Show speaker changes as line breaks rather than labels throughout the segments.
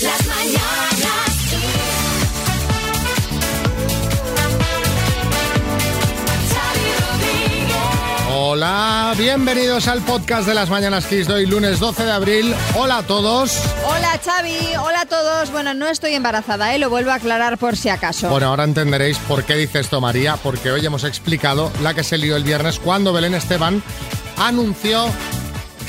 Las mañanas. Xavi Rodríguez.
Hola, bienvenidos al podcast de las Mañanas Kiss de hoy, lunes 12 de abril. Hola a todos.
Hola Xavi, hola a todos. Bueno, no estoy embarazada, ¿eh? lo vuelvo a aclarar por si acaso.
Bueno, ahora entenderéis por qué dice esto María, porque hoy hemos explicado la que se lió el viernes cuando Belén Esteban anunció,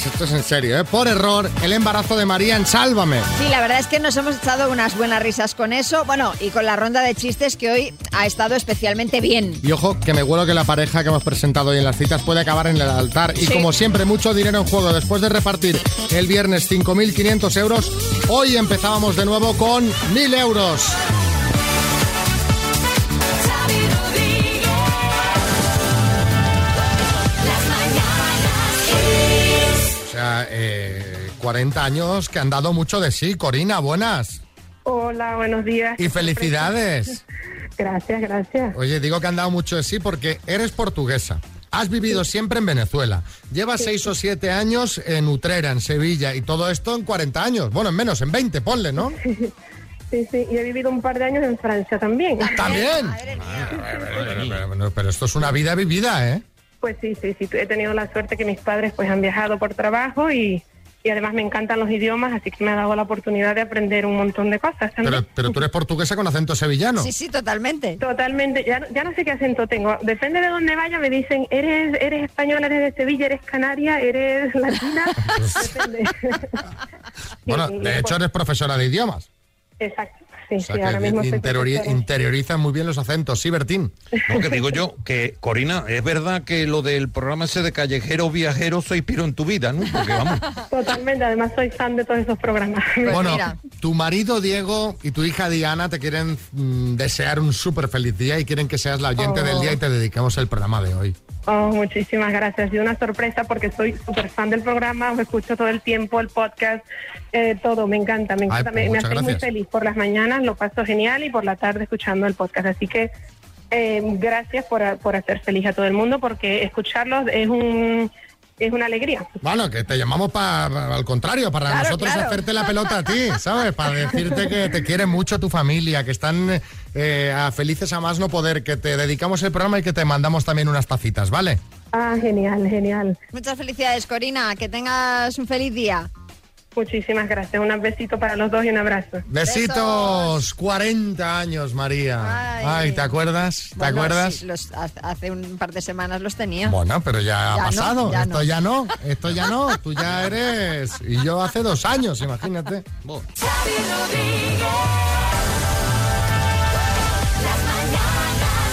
esto es en serio, ¿eh? por error, el embarazo de María en Sálvame.
Sí, la verdad es que nos hemos echado unas buenas risas con eso, bueno, y con la ronda de chistes que hoy ha estado especialmente bien.
Y ojo, que me huelo que la pareja que hemos presentado hoy en las citas puede acabar en el altar. Y
Sí.
como siempre, mucho dinero en juego. Después de repartir el viernes 5.500 euros, hoy empezábamos de nuevo con 1.000 euros.
Xavi Rodríguez. Las mañanas. Kiss.
O sea, eh, 40 años que han dado mucho de sí. Corina, buenas.
Hola, buenos días.
Y felicidades.
Gracias, gracias.
Oye, digo que han dado mucho de sí porque eres portuguesa. Has vivido siempre en Venezuela. Llevas seis o siete años en Utrera, en Sevilla, y todo esto en 40 años. Bueno, en menos, en 20, ponle, ¿no?
Sí, sí, y he vivido un par de años en Francia también.
También. Ah,
Madre mía.
Pero, pero- pero esto es una vida vivida, ¿eh?
Pues sí, sí, sí, he tenido la suerte que mis padres pues han viajado por trabajo y, y además me encantan los idiomas, así que me ha dado la oportunidad de aprender un montón de cosas también.
Pero, pero tú eres portuguesa con acento sevillano.
Sí, sí, totalmente.
Totalmente, ya, no- ya no sé qué acento tengo. Depende de dónde vaya, me dicen, eres eres española, eres de Sevilla, eres canaria, eres latina. Depende.
Bueno,
Sí,
de
pues,
hecho eres profesora de idiomas.
Exacto, sí,
O sea
sí, ahora
que
mismo soy
interiori-
profesora.
interiorizas muy bien los acentos. Sí, Bertín.
No, que digo yo, que Corina, es verdad que lo del programa ese de callejeros viajeros se inspiró en tu vida, ¿no? Porque vamos,
Totalmente, además soy fan de todos esos programas.
Pues
bueno,
mira.
tu marido Diego y tu hija Diana te quieren mm, desear un súper feliz día y quieren que seas la oyente
Oh.
del día y te dedicamos el programa de hoy.
Oh, muchísimas gracias. Y una sorpresa porque soy súper fan del programa, os escucho todo el tiempo, el podcast, eh, todo, me encanta, me
Ay,
encanta.
pues
me me
muchas
hace muy
gracias.
feliz por las mañanas, lo paso genial y por la tarde escuchando el podcast. Así que eh, gracias por, a- por hacer feliz a todo el mundo porque escucharlos es un es una alegría.
Bueno, que te llamamos para al contrario, para
Claro,
nosotros
claro.
hacerte la pelota a ti, ¿sabes? Para decirte que te quiere mucho tu familia, que están eh, a felices a más no poder, que te dedicamos el programa y que te mandamos también unas tacitas, ¿vale?
Ah, genial, genial.
Muchas felicidades, Corina. Que tengas un feliz día.
Muchísimas gracias. Un besito para los dos y un abrazo.
Besitos, 40 años, María. Ay,
Ay.
¿te acuerdas? ¿Te
Bueno,
acuerdas?
sí, los- hace- hace un par de semanas los tenía.
Bueno, pero ya ha
Ya no,
pasado.
ya
esto
no.
ya no, esto ya no. Tú ya eres. Y yo hace dos años, imagínate.
Xavi Rodríguez. Las mañanas.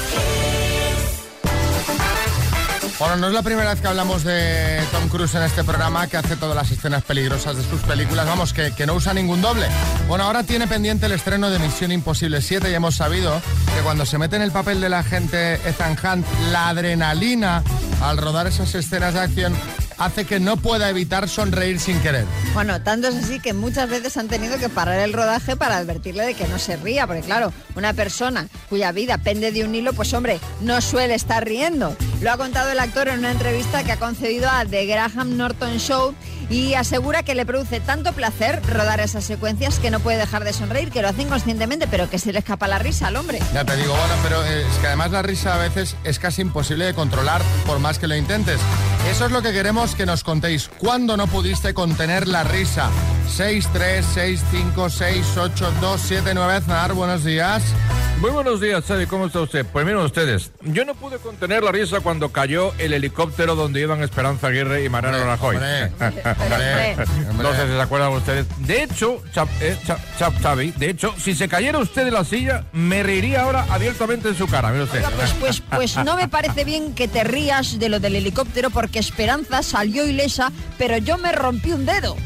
Kiss.
Bueno, no es la primera vez que hablamos de Tom Cruise en este programa, que hace todas las escenas peligrosas de sus películas, vamos, que, que no usa ningún doble. Bueno, ahora tiene pendiente el estreno de Misión Imposible 7 y hemos sabido que cuando se mete en el papel del agente Ethan Hunt, la adrenalina al rodar esas escenas de acción hace que no pueda evitar sonreír sin querer.
Bueno, tanto es así que muchas veces han tenido que parar el rodaje para advertirle de que no se ría, porque claro, una persona cuya vida pende de un hilo, pues hombre, no suele estar riendo. Lo ha contado el actor en una entrevista que ha concedido a The Graham Norton Show y asegura que le produce tanto placer rodar esas secuencias que no puede dejar de sonreír, que lo hace inconscientemente, pero que se le escapa la risa al hombre.
Ya te digo, bueno, pero eh, es que además la risa a veces es casi imposible de controlar por más que lo intentes. Eso es lo que queremos que nos contéis. ¿Cuándo no pudiste contener la risa? 636568279 Aznar, buenos días.
Muy buenos días, Xavi. ¿Cómo está usted? Primero ustedes. Yo no pude contener la risa cuando cayó el helicóptero donde iban Esperanza Aguirre y Mariano Rajoy.
Hombre,
hombre,
hombre.
No sé si se acuerdan ustedes. De hecho, Chap, eh, Chap- Chap Xavi, de hecho, si se cayera usted de la silla, me reiría ahora abiertamente en su cara. Mire usted.
Oiga, pues, pues, pues no me parece bien que te rías de lo del helicóptero porque Esperanza salió ilesa, pero yo me rompí un dedo.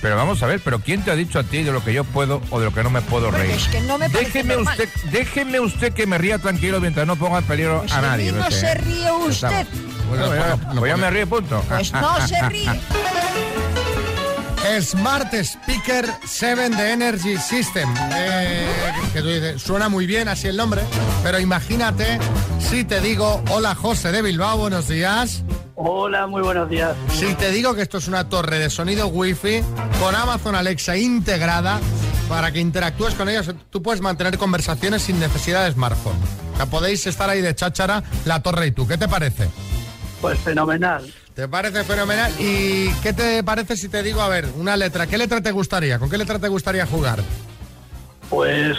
Pero vamos a ver, pero ¿quién te ha dicho a ti de lo que yo puedo o de lo que no me puedo
Bueno,
reír?
es que no me parece
déjeme
normal.
usted, déjeme usted que me ría tranquilo mientras no ponga en peligro
Pues
a
de
nadie.
mí no
mire ¿eh?
se ríe
Ya
usted.
estamos. Bueno,
No,
ya-
no, no
pues ya
puede.
me ríe, punto.
Pues no se ríe.
Smart Speaker 7 de Energy System. Eh, que tú dices, suena muy bien así el nombre, pero imagínate si te digo, hola José de Bilbao, buenos días.
Hola, muy buenos días.
Si te digo que esto es una torre de sonido wifi con Amazon Alexa integrada, para que interactúes con ellos. Tú puedes mantener conversaciones sin necesidad de smartphone. O sea, podéis estar ahí de cháchara, la torre y tú. ¿Qué te parece?
Pues fenomenal.
¿Te parece fenomenal? ¿Y qué te parece si te digo, a ver, una letra? ¿Qué letra te gustaría? ¿Con qué letra te gustaría jugar?
Pues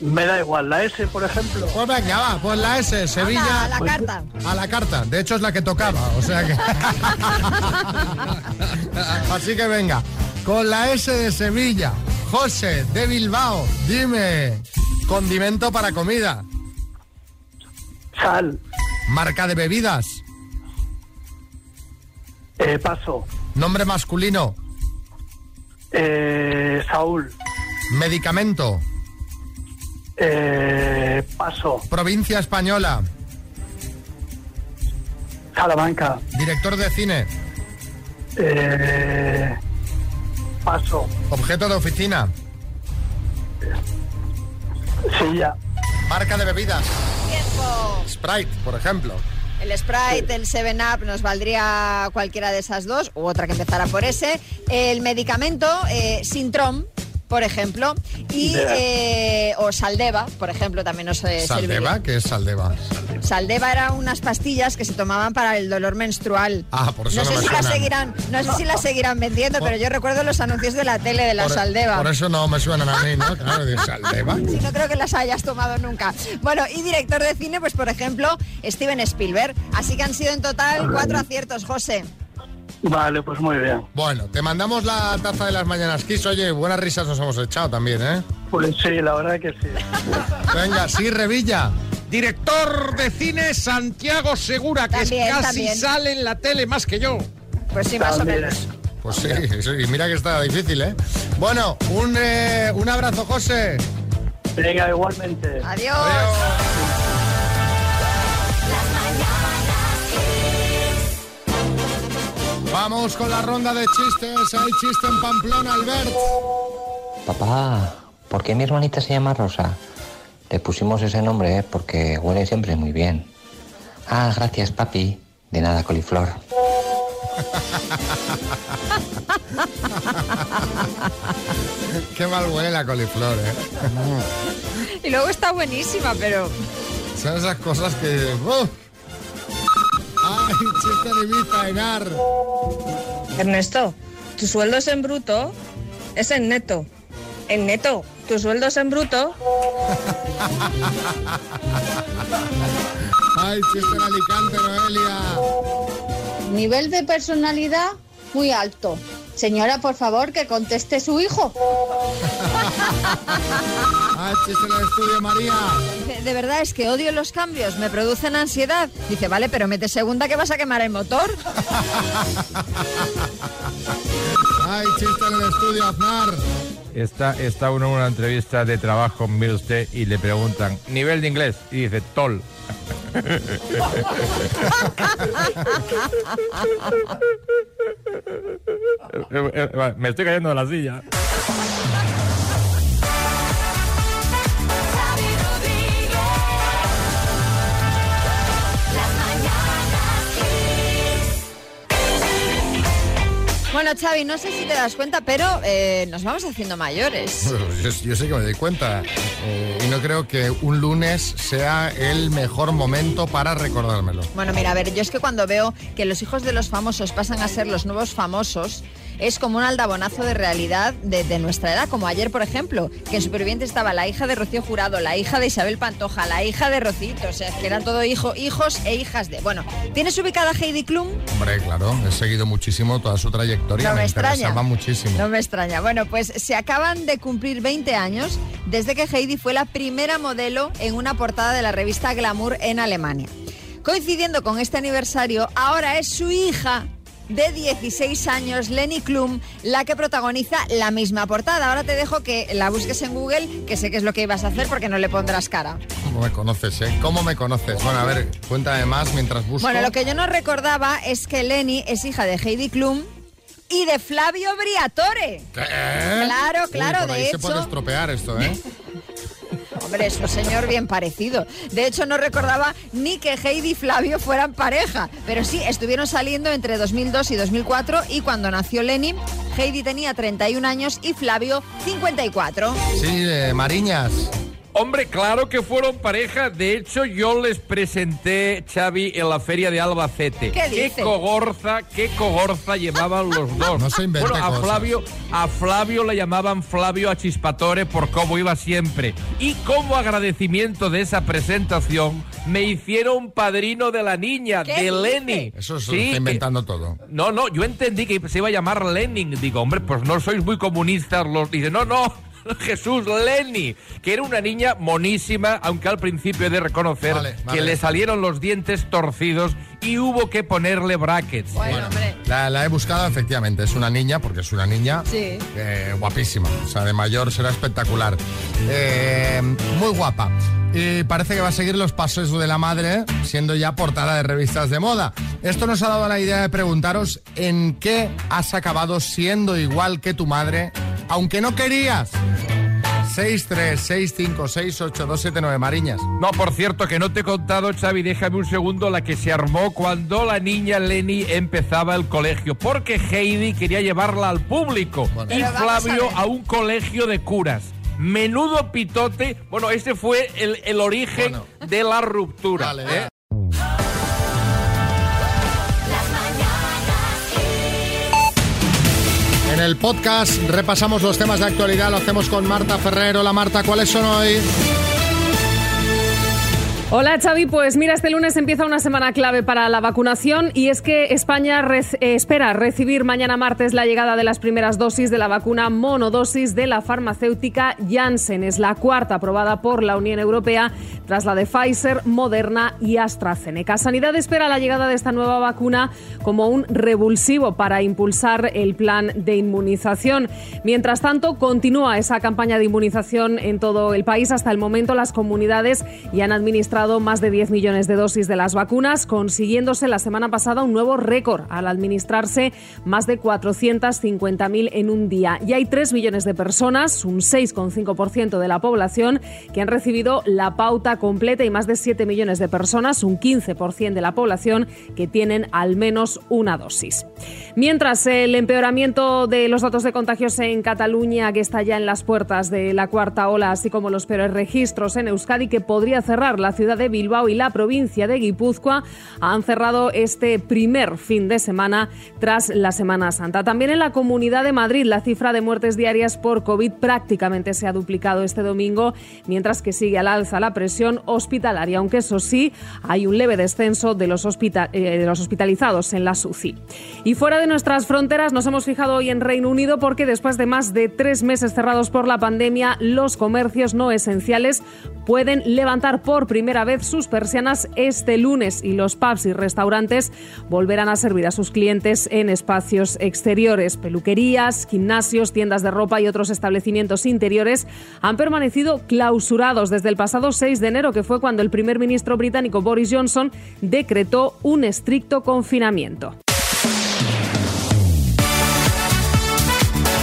me da igual. La S, por ejemplo.
Pues venga, va, pues la S,
Anda,
Sevilla.
a la carta.
A la carta, de hecho es la que tocaba, o sea que. Así que venga, con la S de Sevilla, José de Bilbao, dime, condimento para comida,
Sal.
marca de bebidas,
Eh, paso.
nombre masculino,
Eh, Saúl.
medicamento,
Eh, paso.
provincia española,
Salamanca.
director de cine,
Eh, paso.
objeto de oficina,
Silla.
marca de bebidas,
Tiempo.
Sprite, por ejemplo.
El Sprite, el 7-Up, nos valdría cualquiera de esas dos, u otra que empezara por ese. El medicamento, eh, Sintrom, por ejemplo, y,
Yeah.
eh, o Saldeva, por ejemplo, también nos eh,
Saldeva,
serviría.
que es Saldeva.
Saldeva eran unas pastillas que se tomaban para el dolor menstrual.
Ah, por eso
no
no
sé
me
si las
suenan.
seguirán, No sé si las seguirán vendiendo,
Por-
pero yo recuerdo los anuncios de la tele de la
Por- e-
Saldeva.
Por eso no me suenan a mí, ¿no? Claro, de Saldeva.
Si no creo que las hayas tomado nunca. Bueno, y director de cine, pues por ejemplo, Steven Spielberg. Así que han sido en total cuatro aciertos, José.
Vale, pues muy bien.
Bueno, te mandamos la taza de las mañanas Kiss. Oye, buenas risas nos hemos echado también, ¿eh?
Pues sí, la verdad que sí.
Venga, sí, Revilla.
Director de cine Santiago Segura, que
También,
casi
también.
sale en la tele más que yo.
Pues sí, más o
También.
menos.
Pues sí, sí, y mira que está difícil, ¿eh? Bueno, un, eh, un abrazo, José.
Venga, igualmente.
Adiós.
Vamos con la ronda de chistes. Hay chiste en Pamplona, Albert.
Papá, ¿por qué mi hermanita se llama Rosa? Le pusimos ese nombre ¿eh? porque huele siempre muy bien. Ah, gracias, papi. De nada, coliflor.
Qué mal huele la coliflor, ¿eh?
Y luego está buenísima, pero
Son esas cosas que... ¡Uf! ¡Ay, chiste en Ibiza, Enar!
Ernesto, tu sueldo es en bruto, es en neto. En neto, tu sueldo es en bruto,
¡Ay, chiste en Alicante, Noelia!
Nivel de personalidad muy alto. Señora, por favor, que conteste su hijo.
¡Ay, chiste en el estudio, María!
dice, Eh, de verdad es que odio los cambios, me producen ansiedad. Dice, vale, pero mete segunda que vas a quemar el motor.
Ay, chiste en el estudio, Aznar.
Está, está uno en una entrevista de trabajo, mire usted, y le preguntan, nivel de inglés, y dice, tol. Me estoy cayendo de la silla.
Xavi Rodríguez. Las mañanas Kiss.
Bueno, Xavi, no sé si te das cuenta, pero eh, nos vamos haciendo mayores.
Yo, yo sí que me doy cuenta. eh, y no creo que un lunes sea el mejor momento para recordármelo.
Bueno, mira, a ver, yo es que cuando veo que los hijos de los famosos pasan a ser los nuevos famosos, es como un aldabonazo de realidad de, de nuestra edad, como ayer, por ejemplo, que en Superviviente estaba la hija de Rocío Jurado, la hija de Isabel Pantoja, la hija de Rocito, o sea, es que eran todo hijo, hijos e hijas de... Bueno, ¿tienes ubicada a Heidi Klum?
Hombre, claro, he seguido muchísimo toda su trayectoria.
No me
interesaba
extraña.
muchísimo.
No me extraña. Bueno, pues se acaban de cumplir 20 años desde que Heidi fue la primera modelo en una portada de la revista Glamour en Alemania. Coincidiendo con este aniversario, ahora es su hija de 16 años, Lenny Klum, la que protagoniza la misma portada. Ahora te dejo que la busques en Google, que sé que es lo que ibas a hacer porque no le pondrás cara.
¿Cómo me conoces, eh? ¿Cómo me conoces? Bueno, a ver, cuéntame más mientras busco.
Bueno, lo que yo no recordaba es que Lenny es hija de Heidi Klum y de Flavio Briatore.
¿Qué?
Claro, claro,
¿Eh? Uy, por ahí
de
se puede
hecho-
estropear esto, ¿eh?
Hombre, es un señor bien parecido. De hecho, no recordaba ni que Heidi y Flavio fueran pareja. Pero sí, estuvieron saliendo entre 2002 y 2004 y cuando nació Lenny, Heidi tenía 31 años y Flavio 54.
Sí, eh, Mariñas.
Hombre, claro que fueron pareja. De hecho, yo les presenté, Xavi, en la feria de Albacete.
¿Qué dices?
cogorza, qué cogorza llevaban los dos.
No se invente
Bueno, a
cosas.
Flavio, a Flavio le llamaban Flavio Achispatore por cómo iba siempre. Y como agradecimiento de esa presentación, me hicieron padrino de la niña,
¿Qué
de
dices?
Lenny.
Eso se
Sí,
está
que-
inventando todo.
no, no, yo entendí que se iba a llamar Lenin. Digo, hombre, pues no sois muy comunistas los... Dice, no, no, Jesús Lenny, que era una niña monísima, aunque al principio he de reconocer
Vale, vale.
que le salieron los dientes torcidos y hubo que ponerle brackets.
La, la he buscado, efectivamente. Es una niña, porque es una niña
Sí.
eh, guapísima. O sea, de mayor será espectacular. Eh, muy guapa. Y parece que va a seguir los pasos de la madre, siendo ya portada de revistas de moda. Esto nos ha dado la idea de preguntaros en qué has acabado siendo igual que tu madre, aunque no querías. 636568279 Mariñas.
No, por cierto, que no te he contado, Xavi, déjame un segundo, la que se armó cuando la niña Lenny empezaba el colegio, porque Heidi quería llevarla al público y
Pero vamos
Flavio
a ver.
a, un colegio de curas. Menudo pitote, bueno, ese fue el, el origen de la ruptura.
Vale,
¿eh?
vale. En el podcast repasamos los temas de actualidad, lo hacemos con Marta Ferrer. Hola Marta, ¿cuáles son hoy?
Hola Xavi, pues mira, este lunes empieza una semana clave para la vacunación y es que España rec- eh, espera recibir mañana martes la llegada de las primeras dosis de la vacuna monodosis de la farmacéutica Janssen. Es la cuarta aprobada por la Unión Europea tras la de Pfizer, Moderna y AstraZeneca. Sanidad espera la llegada de esta nueva vacuna como un revulsivo para impulsar el plan de inmunización. Mientras tanto, continúa esa campaña de inmunización en todo el país. Hasta el momento, las comunidades ya han administrado más de 10 millones de dosis de las vacunas, consiguiéndose la semana pasada un nuevo récord al administrarse más de 450.000 en un día. Y hay 3 millones de personas, un 6,5% de la población, que han recibido la pauta completa y más de 7 millones de personas, un 15% de la población, que tienen al menos una dosis. Mientras el empeoramiento de los datos de contagios en Cataluña, que está ya en las puertas de la cuarta ola, así como los peores registros en Euskadi, que podría cerrar la ciudad de Bilbao y la provincia de Guipúzcoa, han cerrado este primer fin de semana tras la Semana Santa. También en la Comunidad de Madrid, la cifra de muertes diarias por COVID prácticamente se ha duplicado este domingo, mientras que sigue al alza la presión hospitalaria, aunque eso sí, hay un leve descenso de los, hospita- eh, de los hospitalizados en la SUCI. Y fuera de nuestras fronteras nos hemos fijado hoy en Reino Unido porque después de más de tres meses cerrados por la pandemia, los comercios no esenciales pueden levantar por primera vez sus persianas este lunes y los pubs y restaurantes volverán a servir a sus clientes en espacios exteriores. Peluquerías, gimnasios, tiendas de ropa y otros establecimientos interiores han permanecido clausurados desde el pasado 6 de enero, que fue cuando el primer ministro británico Boris Johnson decretó un estricto confinamiento.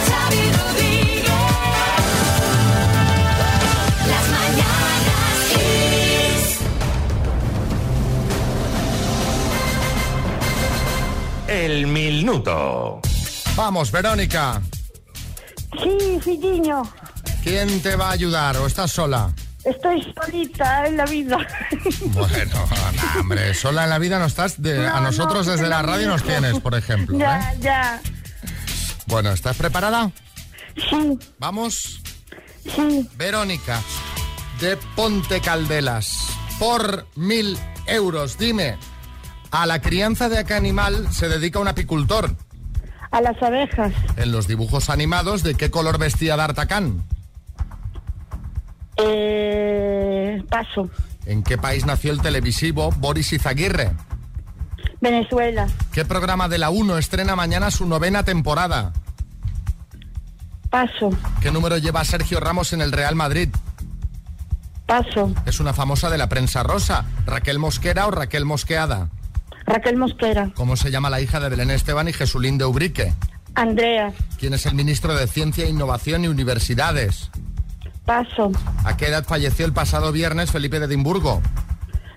Xavi Rodríguez. Las mañanas Kiss.
El minuto.
Vamos, Verónica.
Sí, Filliño,
¿Quién te va a ayudar o estás sola?
estoy solita en la vida.
Bueno, no, hombre, sola en la vida no estás. de- a
No,
nosotros
no,
desde
tengo
la radio
un
nos
hijo.
tienes, por ejemplo. ¿eh?
ya, ya.
Bueno, ¿estás preparada?
Sí.
¿Vamos?
Sí.
Verónica, de Ponte Caldelas, por mil euros, dime, ¿a la crianza de qué animal se dedica un apicultor?
A las abejas,
En los dibujos animados, ¿de qué color vestía D'Artagnan?
eh, paso.
¿En qué país nació el televisivo Boris Izaguirre?
Venezuela,
¿Qué programa de la 1 estrena mañana su novena temporada?
paso,
¿Qué número lleva Sergio Ramos en el Real Madrid?
paso.
Es una famosa de la prensa rosa, Raquel Mosquera o Raquel Mosqueada.
Raquel Mosquera,
¿Cómo se llama la hija de Belén Esteban y Jesulín de Ubrique?
Andrea,
¿Quién es el ministro de Ciencia, Innovación y Universidades?
paso.
¿A qué edad falleció el pasado viernes Felipe de Edimburgo?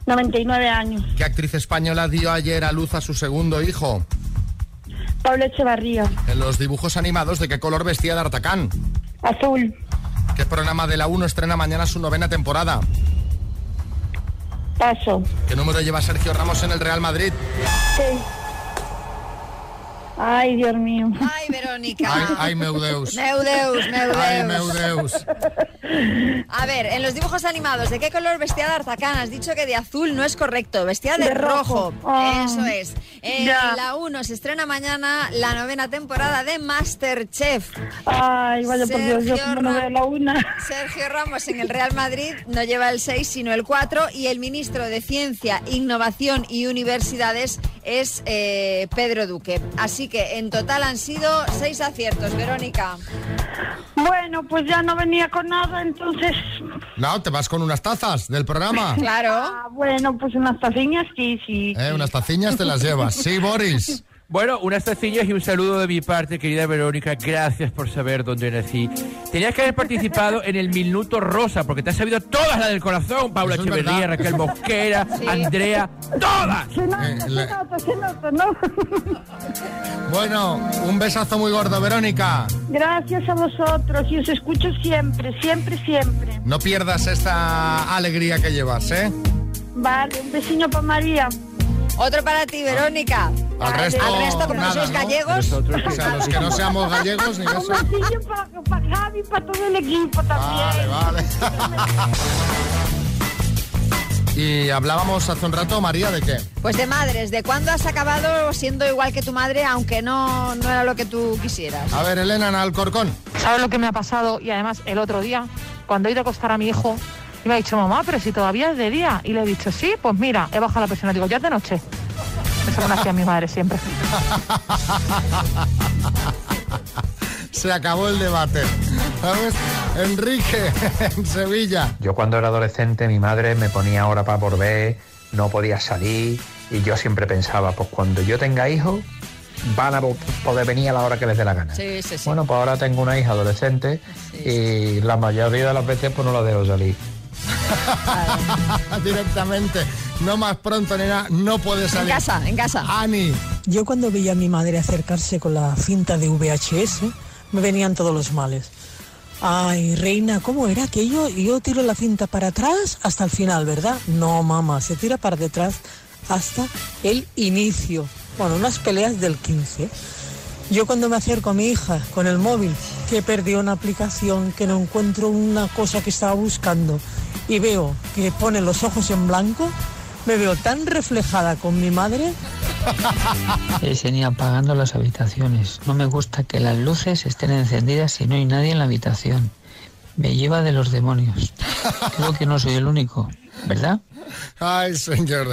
99 años,
¿Qué actriz española dio ayer a luz a su segundo hijo?
Pablo Echevarría.
En los dibujos animados, ¿de qué color vestía D'Artacán?
Azul.
¿Qué programa de la 1 estrena mañana su novena temporada?
Paso.
¿Qué número lleva Sergio Ramos en el Real Madrid?
Ay, Dios mío.
Ay, Verónica.
Ay, ay, meu Deus.
Meu Deus, meu
Ay,
Deus.
meu Deus.
A ver, en los dibujos animados, ¿de qué color vestía D'Artacán? Has dicho que de azul no es correcto, vestía de,
De rojo.
rojo.
Ah.
Eso es. En
Ya.
la 1 se estrena mañana la novena temporada de Masterchef.
Ay, vaya por Dios, yo
Sergio
como no
Ra-
veo la una.
Sergio Ramos en el Real Madrid no lleva el 6 sino el 4 y el ministro de Ciencia, Innovación y Universidades es eh, Pedro Duque. Así que en total han sido 6 aciertos, Verónica.
Bueno, pues ya no venía con nada, entonces.
No, te vas con unas tazas del programa.
Claro.
Ah, bueno, pues unas taciñas sí, sí.
Eh, unas taciñas te las llevas. Sí, Boris.
Bueno, unas tacillas y un saludo de mi parte, querida Verónica. Gracias por saber dónde nací. Tenías que haber participado en el Minuto Rosa, porque te has sabido todas las del corazón. Paula
Eso es
Echeverría,
verdad.
Raquel Mosquera,
Sí.
Andrea. ¡Todas!
Se nota,
Eh,
se
le-
nota, se nota, ¿no?
Bueno, un besazo muy gordo, Verónica.
Gracias a vosotros y os escucho siempre, siempre, siempre.
No pierdas esta alegría que llevas, ¿eh?
Vale, un vecino para María.
Otro para ti, Verónica.
Al resto,
Al resto, como no
nada,
sois
¿no?
gallegos.
O sea, los que no seamos gallegos ni
Un
eso.
besillo para Javi, para todo el equipo también.
Vale, vale. Y hablábamos hace un rato, María, ¿de qué?
Pues de madres, ¿de cuándo has acabado siendo igual que tu madre, aunque no, no era lo que tú quisieras?
A ver, Elena, en Alcorcón.
¿Sabes lo que me ha pasado? Y además el otro día, cuando he ido a acostar a mi hijo, y me ha dicho, mamá, pero si todavía es de día. Y le he dicho, sí, pues mira, he bajado la presión. Digo, ya es de noche. Eso me lo hacía mi madre siempre.
Se acabó el debate. ¿Sabes? Enrique, en Sevilla.
Yo cuando era adolescente mi madre me ponía hora para volver, no podía salir y yo siempre pensaba, pues cuando yo tenga hijos van a po- poder venir a la hora que les dé la gana.
Sí, sí, sí.
Bueno, pues ahora tengo una hija adolescente y la mayoría de las veces pues no la dejo salir.
Directamente. No más pronto, nena, no puedes
En
salir.
casa, en casa.
Ani.
Yo cuando veía a mi madre acercarse con la cinta de VHS, me venían todos los males. Ay, reina, ¿cómo era aquello? Yo tiro la cinta para atrás hasta el final, ¿verdad? No, mamá, se tira para detrás hasta el inicio. Bueno, unas peleas del 15. Yo cuando me acerco a mi hija con el móvil, que perdió una aplicación, que no encuentro una cosa que estaba buscando y veo que pone los ojos en blanco, me veo tan reflejada con mi madre
Ese ni apagando las habitaciones. No me gusta que las luces estén encendidas si no hay nadie en la habitación. Me lleva de los demonios. Creo que no soy el único, ¿verdad?
Ay, señor.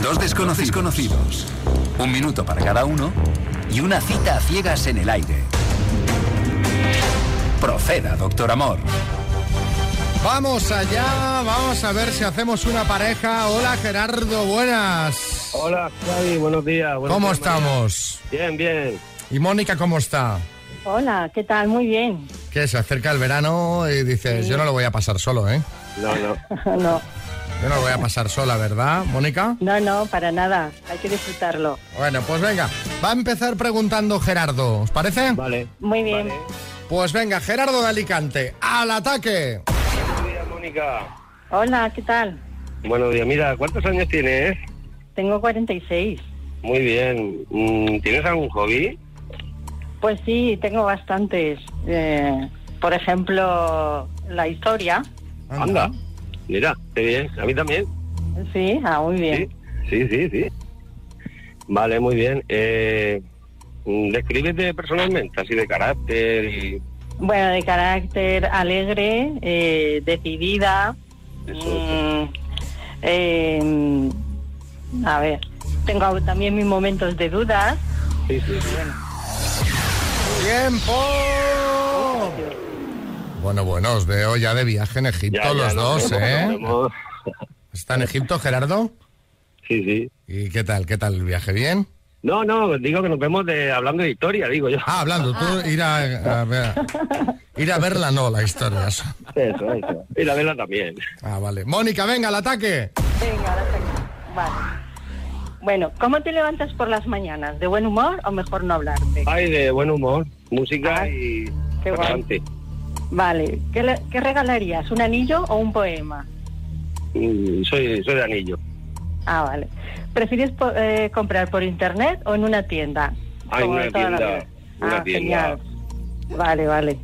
Dos desconocidos conocidos. Un minuto para cada uno y una cita a ciegas en el aire. Proceda, doctor Amor.
Vamos allá, vamos a ver si hacemos una pareja. Hola, Gerardo, buenas.
Hola, Javi, buenos días. buenos
¿Cómo
días,
estamos?
Bien, bien.
¿Y Mónica cómo está?
Hola, ¿qué tal? Muy bien.
Que se acerca el verano y dices,
Sí.
yo no lo voy a pasar solo, ¿eh?
No, no.
no,
Yo no lo voy a pasar sola, ¿verdad, Mónica?
no, no, para nada. Hay que disfrutarlo.
Bueno, pues venga, va a empezar preguntando Gerardo, ¿os parece? Vale.
Muy bien.
Pues venga, Gerardo de Alicante, al ataque.
Mónica,
Hola, ¿qué tal?
buenos días. Mira, ¿cuántos años tienes?
Tengo 46.
Muy bien. Mm, ¿Tienes algún hobby?
Pues sí, tengo bastantes. Eh, por ejemplo, la historia.
Anda. Mira, qué bien. A mí también.
Sí, ah, muy bien.
Sí, sí, sí. Vale, muy bien. Eh, mm, descríbete personalmente, así de carácter y...
Bueno, de carácter alegre, eh, decidida. mm, eh, a ver, tengo también mis momentos de dudas.
Sí, sí, sí.
¡Tiempo! Bueno, bueno, os veo ya de viaje en Egipto
Ya, ya, nos
los dos,
vemos,
¿eh?
nos vemos.
¿Está en Egipto, Gerardo?
Sí, sí.
¿Y qué tal? ¿Qué tal el viaje? ¿Bien?
No, no, digo que nos vemos de, hablando de historia, digo yo.
Ah, hablando, tú ir a, a ver- ir a verla, no, la historia. eso.
Eso, eso. Y la vela también.
Ah, vale. Mónica, venga, al ataque.
Venga, ahora te- Vale. Bueno, ¿cómo te levantas por las mañanas? ¿De buen humor o mejor no hablarte?
Ay, de buen humor, música y...
qué guay.
adelante.
Vale, ¿qué, le- qué regalarías? ¿Un anillo o un poema?
Mm, Soy, soy de anillo.
Ah, vale. ¿Prefieres po- eh, comprar por internet o en una tienda?
Hay
Como
Ah, una
de toda la
tienda,
vida.
una
Ah,
tienda.
genial. Vale, vale.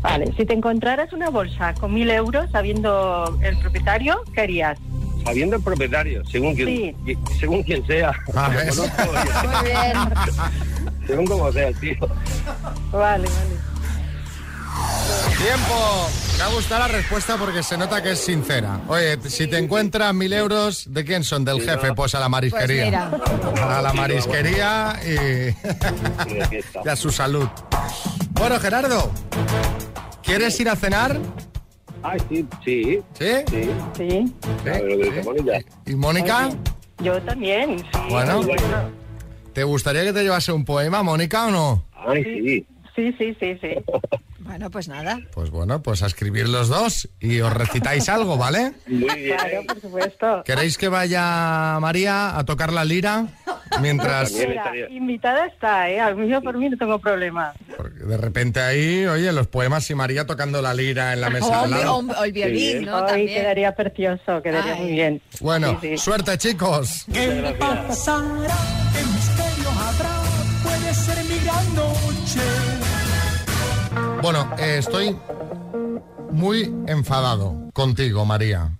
Vale, si te encontraras una bolsa con mil euros, sabiendo el propietario, ¿qué harías?
Sabiendo el propietario, según quien,
Sí.
qui- según quien sea. Conozco,
Muy bien.
según como sea, tío.
Vale, vale.
Tiempo. Me ha gustado la respuesta porque se nota que es sincera. Oye, si te encuentras mil euros, ¿de quién son? Del jefe, pues a la marisquería. A la marisquería y, y a su salud. Bueno, Gerardo, ¿quieres ir a cenar?
Ay, sí, sí.
¿Sí?
Sí.
Sí.
A ver, lo que dice Mónica.
¿Y Mónica?
Yo también, sí.
Bueno. ¿Te gustaría que te llevase un poema, Mónica, o no?
Ay, sí.
Sí, sí, sí, sí.
Bueno, pues nada.
Pues bueno, pues a escribir los dos y os recitáis algo, ¿vale?
Claro, por supuesto.
¿Queréis que vaya María a tocar la lira? Mientras
Mira, invitada está, ¿eh? A mí yo por mí no tengo problema.
de repente ahí, oye, los poemas y María tocando la lira en la mesa de al lado.
Hoy quedaría precioso, quedaría muy bien.
Bueno, suerte chicos.
pasará? ¿Qué misterio habrá? Puede ser mi gran noche.
Bueno, eh, estoy muy enfadado contigo, María.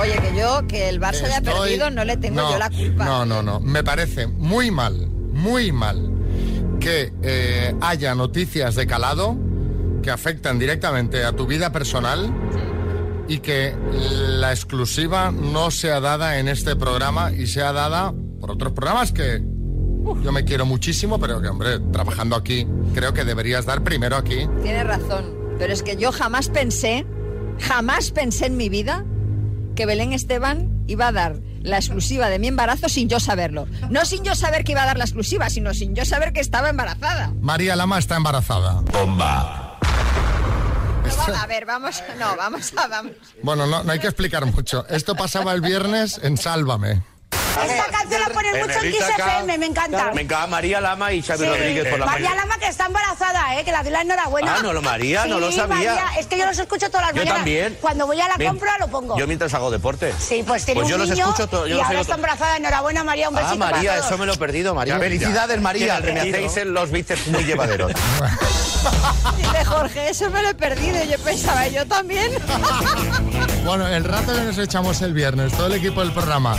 Oye, que yo, que el Barça haya
Estoy-
perdido, no le tengo
no,
yo la culpa.
No, no, no. Me parece muy mal, muy mal que eh, haya noticias de calado que afectan directamente a tu vida personal y que la exclusiva no sea dada en este programa y sea dada por otros programas que yo me quiero muchísimo, pero que, hombre, trabajando aquí, creo que deberías dar primero aquí.
Tienes razón. Pero es que yo jamás pensé, jamás pensé en mi vida que Belén Esteban iba a dar la exclusiva de mi embarazo sin yo saberlo. No sin yo saber que iba a dar la exclusiva, sino sin yo saber que estaba embarazada.
María Lama está embarazada. Bomba.
No, va- a ver, vamos, no, vamos a, vamos.
Bueno, no, no hay que explicar mucho. Esto pasaba el viernes en Sálvame.
Esta canción la ponen mucho en
Benedita
Kiss FM, me encanta.
Me encanta María Lama y Xavi
Sí.
Rodríguez por la
María
mañana.
Lama que está embarazada, ¿eh? que la doy la enhorabuena.
Ah, no, lo María, no lo
Sí,
sabía.
María, es que yo los escucho todas las
Yo
mañanas.
también.
Cuando voy a la
Bien.
compra lo pongo.
Yo mientras hago deporte.
Sí, pues tiene
yo
un
los
niño
escucho todo. Yo
y
los
ahora
oigo
está
todo.
embarazada. Enhorabuena, María, un
Ah,
besito
María,
para todos.
eso me lo he perdido, María.
Ya, ya.
Felicidades, María,
Tiene
que me
sentido.
hacéis los bíceps muy llevaderos.
Dice Jorge, eso me lo he perdido. y Yo pensaba, yo también.
Bueno, el rato que nos echamos el viernes, todo el equipo del programa,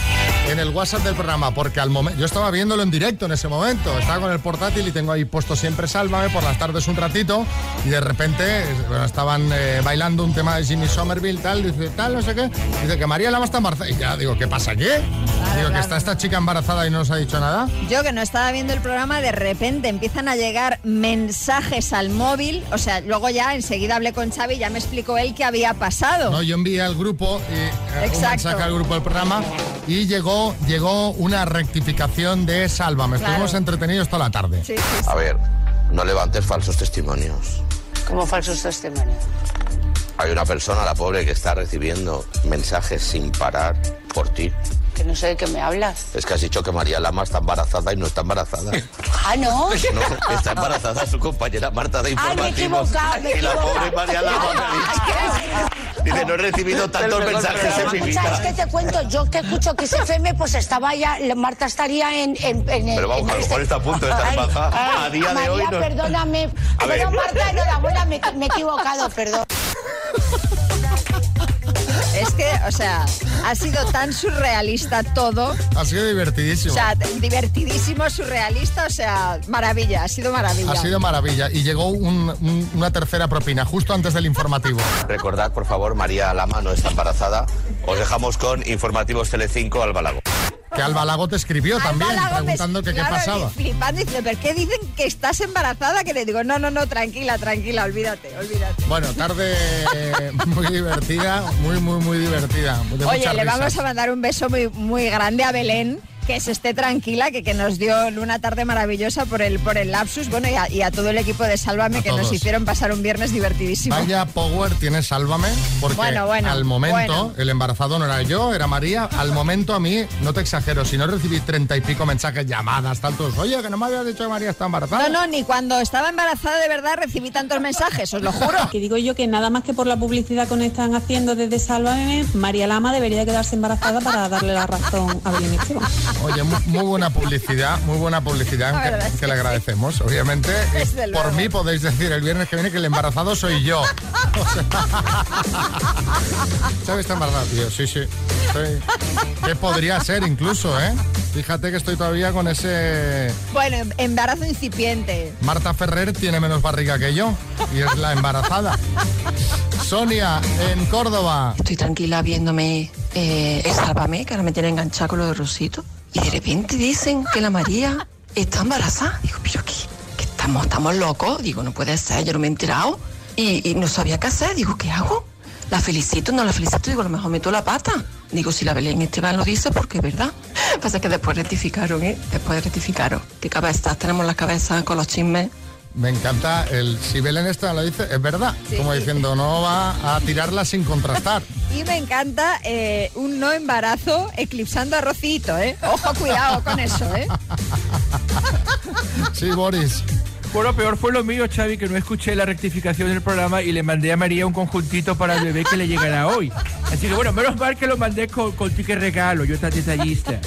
en el WhatsApp del programa, porque al momento yo estaba viéndolo en directo en ese momento, estaba con el portátil y tengo ahí puesto siempre Sálvame por las tardes un ratito y de repente, bueno, estaban eh, bailando un tema de Jimmy Somerville, tal, dice tal, no sé qué, dice que María Lama está embarazada y ya digo, ¿qué pasa aquí? digo, que está esta chica embarazada y no nos ha dicho nada.
Yo que no estaba viendo el programa, de repente empiezan a llegar mensajes al móvil. O sea, luego ya enseguida hablé con Xavi y ya me explicó él qué había pasado.
No, yo envié al grupo y, eh, un
Exacto.
mensaje al grupo del programa y llegó, llegó una rectificación de Sálvame.
Claro.
Estuvimos entretenidos toda la tarde.
Sí,
A ver, no levantes falsos testimonios.
Como falsos testimonios.
Hay una persona, la pobre, que está recibiendo mensajes sin parar por ti.
Que no sé de qué me hablas.
Es que has dicho que María Lama está embarazada y no está embarazada.
Ah, no.
No, está embarazada su compañera Marta de
Ay, me he
Informativos.
equivocado, me he
y la
equivocado.
pobre María Lama me dice, dice, no he recibido tantos mensajes en mi
¿Sabes
vida.
qué te cuento? Yo que escucho Kiss FM, pues estaba ya, Marta estaría en... en, en
Pero vamos,
en
que a lo
este
mejor está a punto de estar
Ay,
embarazada.
ay,
A día de hoy
María,
no.
perdóname.
A ver.
Bueno, Marta, enhorabuena, me, me he equivocado, perdón.
Es que, o sea, ha sido tan surrealista todo.
Ha sido
O
divertidísimo.
sea, divertidísimo, surrealista, o sea, maravilla, ha sido maravilla.
ha sido maravilla. Y llegó un- un- una tercera propina, justo antes del informativo.
Recordad, por favor, María Lama no está embarazada. Os dejamos con Informativos Telecinco al Balago.
Que Alba Lago te escribió también,
Alba Lago me-
preguntando que
claro,
qué pasaba.
y Flipando, dice, ¿pero qué dicen que estás embarazada? Que le digo, no, no, no, tranquila, tranquila, olvídate, olvídate.
Bueno, tarde eh, muy divertida, muy, muy, muy divertida. de
Oye,
muchas
le vamos
risas.
a mandar un beso muy, muy grande a Belén, que se esté tranquila, que, que nos dio una tarde maravillosa por el, por el lapsus. Bueno, y a, y a todo el equipo de Sálvame
A
que nos
todos.
hicieron pasar un viernes divertidísimo.
Vaya power tiene Sálvame, porque
Bueno, bueno,
al momento
bueno.
el embarazado no era yo, era María. Al momento a mí, no te exagero, si no recibí treinta y pico mensajes, llamadas, tantos, oye, que no me habías dicho que María está embarazada.
No, no, ni cuando estaba embarazada de verdad recibí tantos mensajes, os lo juro.
Que digo yo que nada más que por la publicidad que nos están haciendo desde Sálvame, María Lama debería quedarse embarazada para darle la razón a Belén Esteban.
Oye, mu- muy, buena publicidad, muy buena publicidad,
La
que-
verdad
que,
es que
le
sí.
agradecemos, obviamente. Y
Desde
por
luego.
mí podéis decir el viernes que viene que el embarazado soy yo. O sea, ¿Sabes? Está embarazado, tío. Sí, sí. Estoy- Que podría ser incluso, ¿eh? Fíjate que estoy todavía con ese...
Bueno, em, embarazo incipiente.
Marta Ferrer tiene menos barriga que yo y es la embarazada. Sonia, en Córdoba.
Estoy tranquila viéndome eh, el Sálvame, que ahora me tiene enganchada con lo de Rosito. Y de repente dicen que la María está embarazada. Digo, pero ¿qué? ¿Qué estamos, estamos locos? Digo, no puede ser, yo no me he enterado. Y, y no sabía qué hacer. Digo, ¿qué hago? ¿La felicito? ¿No la felicito? Digo, a lo mejor meto la pata. Digo, si la Belén Esteban lo dice, porque es verdad. Pasa que después rectificaron, ¿eh? Después rectificaron. ¿Qué cabezas? Tenemos las cabezas con los chismes.
Me encanta el si Belén esta lo dice, es verdad.
Sí.
Como diciendo, no va a tirarla sin contrastar.
Y me encanta eh, un no embarazo eclipsando a Rocito, ¿eh? Ojo, cuidado con eso, ¿eh?
Sí, Boris.
Bueno, peor fue lo mío, Xavi, que no escuché la rectificación del programa y le mandé a María un conjuntito para el bebé que le llegará hoy. Así que bueno, menos mal que lo mandé con, con ticket regalo, yo tan detallista.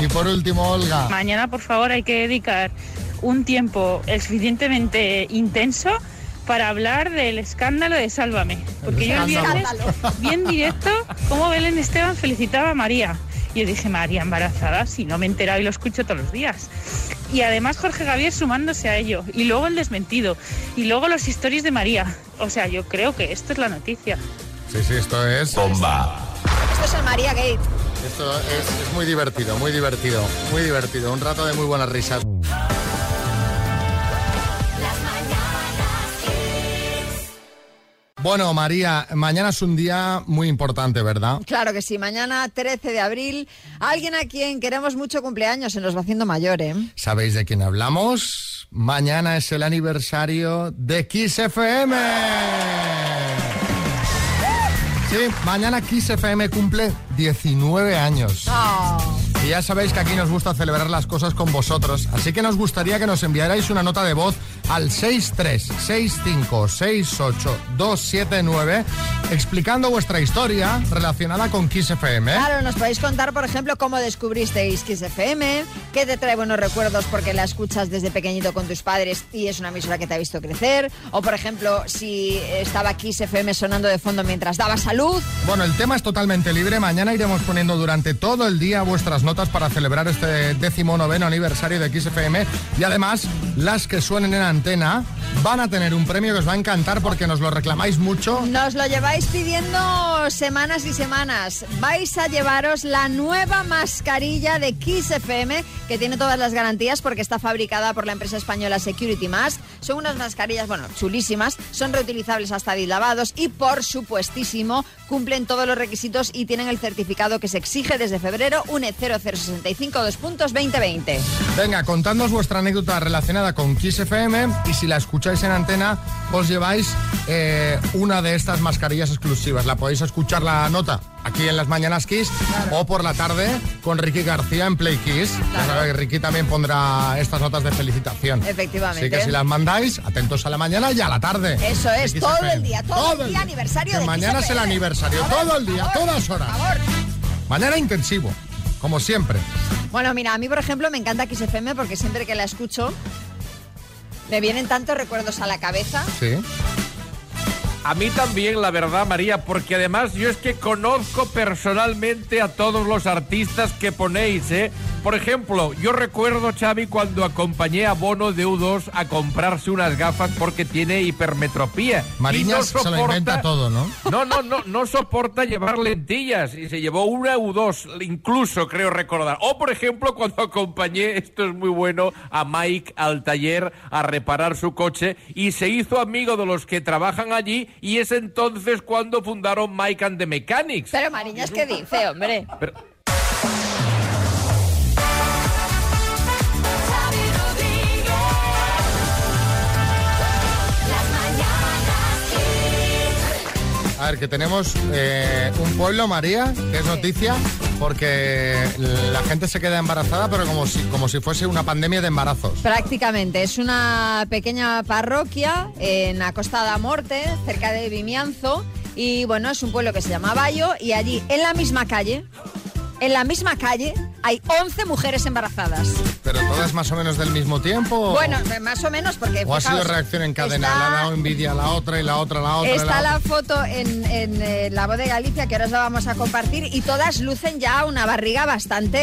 Y por último, Olga.
Mañana, por favor, hay que dedicar un tiempo suficientemente intenso para hablar del escándalo de Sálvame. Porque yo el viernes, vi en directo, cómo Belén Esteban felicitaba a María. Y yo dije, María embarazada, si no me he enterado y lo escucho todos los días. Y además Jorge Javier sumándose a ello. Y luego el desmentido. Y luego los historias de María. O sea, yo creo que esto es la noticia.
Sí, sí, esto es...
Oh.
Bomba.
Esto es el María Gate.
Esto es, es muy divertido, muy divertido, muy divertido. Un rato de muy buenas risas. Bueno, María, mañana es un día muy importante, ¿verdad?
Claro que sí, mañana 13 de abril, alguien a quien queremos mucho cumpleaños se nos va haciendo mayor, ¿eh?
¿Sabéis de quién hablamos? Mañana es el aniversario de Kiss FM. Sí, mañana Kiss FM cumple 19 años. Y ya sabéis que aquí nos gusta celebrar las cosas con vosotros, así que nos gustaría que nos enviarais una nota de voz al 636568279 explicando vuestra historia relacionada con Kiss ¿eh? FM.
Claro, nos podéis contar, por ejemplo, cómo descubristeis Kiss FM, qué te trae buenos recuerdos porque la escuchas desde pequeñito con tus padres y es una emisora que te ha visto crecer, o por ejemplo, si estaba Kiss FM sonando de fondo mientras daba salud.
Bueno, el tema es totalmente libre. Mañana iremos poniendo durante todo el día vuestras notas para celebrar este décimo noveno aniversario de XFM. Y además, las que suenen en antena van a tener un premio que os va a encantar porque nos lo reclamáis mucho.
Nos lo lleváis pidiendo semanas y semanas. Vais a llevaros la nueva mascarilla de Kiss FM que tiene todas las garantías porque está fabricada por la empresa española Security Mask. Son unas mascarillas, bueno, chulísimas, son reutilizables hasta lavados y por supuestísimo cumplen todos los requisitos y tienen el certificado que se exige desde febrero UNE 0065 2.2020.
Venga, contadnos vuestra anécdota relacionada con Kiss FM y si la escucháis en antena, os lleváis eh, una de estas mascarillas exclusivas. La podéis escuchar la nota aquí en las mañanas Kiss o por la tarde con Ricky García en Play Kiss. Ya sabéis, Ricky también pondrá estas notas de felicitación.
Efectivamente.
Así que si las mandáis, atentos a la mañana y a la tarde.
Eso es,
Kiss
todo
FM.
el día, todo, el día aniversario
Que
de
mañana
Kiss
es el
FM.
aniversario,
Por favor,
todo el día,
por favor,
todas horas.
por favor.
Mañana intensivo, como siempre.
Bueno, mira, a mí, por ejemplo, me encanta Kiss FM porque siempre que la escucho me vienen tantos recuerdos a la cabeza.
Sí.
A mí también, la verdad, María, porque además yo es que conozco personalmente a todos los artistas que ponéis, ¿eh? Por ejemplo, yo recuerdo, Xavi, cuando acompañé a Bono de U2 a comprarse unas gafas porque tiene hipermetropía. Y no
Mariñas se lo
soporta-
inventa todo, ¿no?
no, no, no, no soporta llevar lentillas y se llevó una u dos, incluso creo recordar. O por ejemplo cuando acompañé, esto es muy bueno, a Mike al taller a reparar su coche y se hizo amigo de los que trabajan allí y es entonces cuando fundaron Mike and the Mechanics.
Pero Mariñas, ¿qué dice, hombre?
A ver, que tenemos eh, un pueblo, María, que es noticia, porque la gente se queda embarazada, pero como si, como si fuese una pandemia de embarazos.
Prácticamente, es una pequeña parroquia en la Costa de Morte, cerca de Vimianzo, y bueno, es un pueblo que se llama Bayo, y allí, en la misma calle, en la misma calle, hay 11 mujeres embarazadas.
Pero todas más o menos del mismo tiempo. ¿o-
Bueno, más o menos, porque...
Oh. ¿O ha sido
fijaos,
reacción en cadena?
está-
Le ha dado envidia a la otra y la otra a la otra. y
Está
la
la
otra?
foto en, en, eh, la voz de Galicia que ahora os la vamos a compartir y todas lucen ya una barriga bastante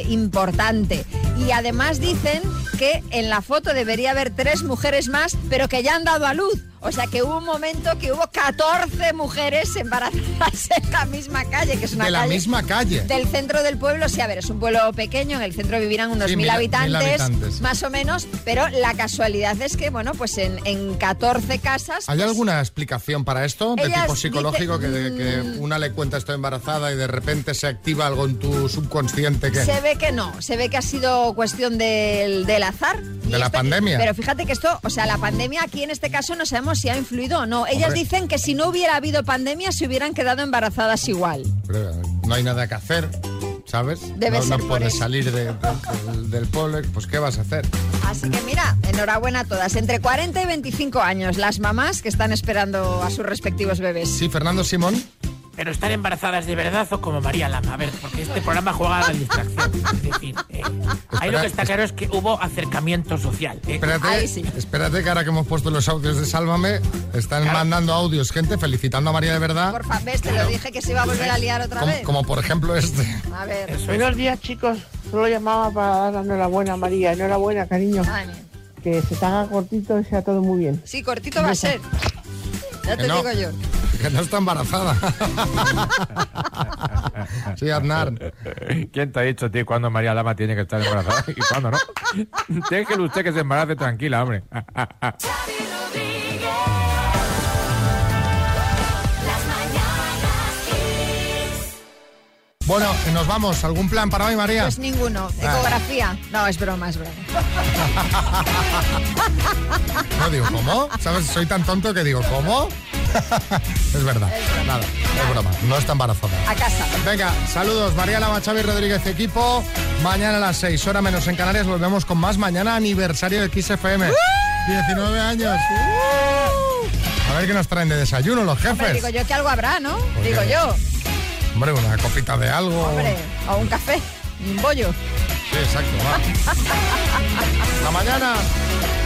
eh, importante. Y además dicen que en la foto debería haber tres mujeres más, pero que ya han dado a luz. O sea que hubo un momento que hubo 14 mujeres embarazadas en la misma calle, que es una
De la
calle
misma calle.
Del centro del pueblo, sí, a ver, es un pueblo pequeño, en el centro vivirán unos
Sí,
mil,
mil-
habitantes,
mil habitantes.
más o menos, pero la casualidad es que, bueno, pues en, en 14 casas...
¿Hay
pues,
alguna explicación para esto? ¿De
Ellas Mm.
tipo psicológico? que, de- que una le cuenta estoy embarazada y de repente se activa algo en tu subconsciente que...
Se ve que no, se ve que ha sido cuestión del, del azar. Y
De la pandemia.
Pero fíjate que esto, o sea, la pandemia aquí en este caso no sabemos si ha influido o no. Ellas
Hombre.
dicen que si no hubiera habido pandemia se hubieran quedado embarazadas igual.
Pero no hay nada que hacer, ¿sabes?
Debe
no, no
ser por
puedes
eso.
salir de- de- del- del pueblo, pues ¿qué vas a hacer?
Así que mira, enhorabuena a todas. Entre 40 y 25 años, las mamás que están esperando a sus respectivos bebés.
Sí, Fernando Simón.
Pero están embarazadas de verdad o como María Lama. A ver, porque este programa juega a la distracción. Es decir, eh, ahí lo que está claro es que hubo acercamiento social. eh.
Espérate, espérate que ahora que hemos puesto los audios de Sálvame, están mandando audios, gente, felicitando a María de verdad.
Porfa, ves, te lo dije que se iba a volver a liar otra
como,
vez.
como por ejemplo este.
A ver.
Buenos días, chicos. Solo llamaba para dar la enhorabuena, María. Enhorabuena, cariño. Que se te haga cortito y sea todo muy bien.
Sí, cortito va a ser. Ya
Que
te
no.
digo yo.
Que no está embarazada. sí, Aznar.
¿Quién te ha dicho, tío, cuándo María Lama tiene que estar embarazada y cuándo no? Déjelo usted que se embarace tranquila, hombre.
Bueno, nos vamos. ¿Algún plan para hoy, María?
Pues ninguno.
Ah.
Ecografía. No, es broma, es broma.
No digo, ¿cómo? ¿Sabes? Soy tan tonto que digo, ¿cómo? es verdad. Nada, es broma. No está embarazada.
A casa.
Venga, saludos. María Lama, Xavi Rodríguez, equipo. Mañana a las 6, hora menos en Canarias. Volvemos con más mañana aniversario de XFM. 19 años. A ver qué nos traen de desayuno los
Hombre,
jefes.
digo yo que algo habrá, ¿no?
qué?
Digo yo.
Hombre, una copita de algo.
Hombre, o un café, y un bollo.
Sí, exacto. va. Hasta mañana.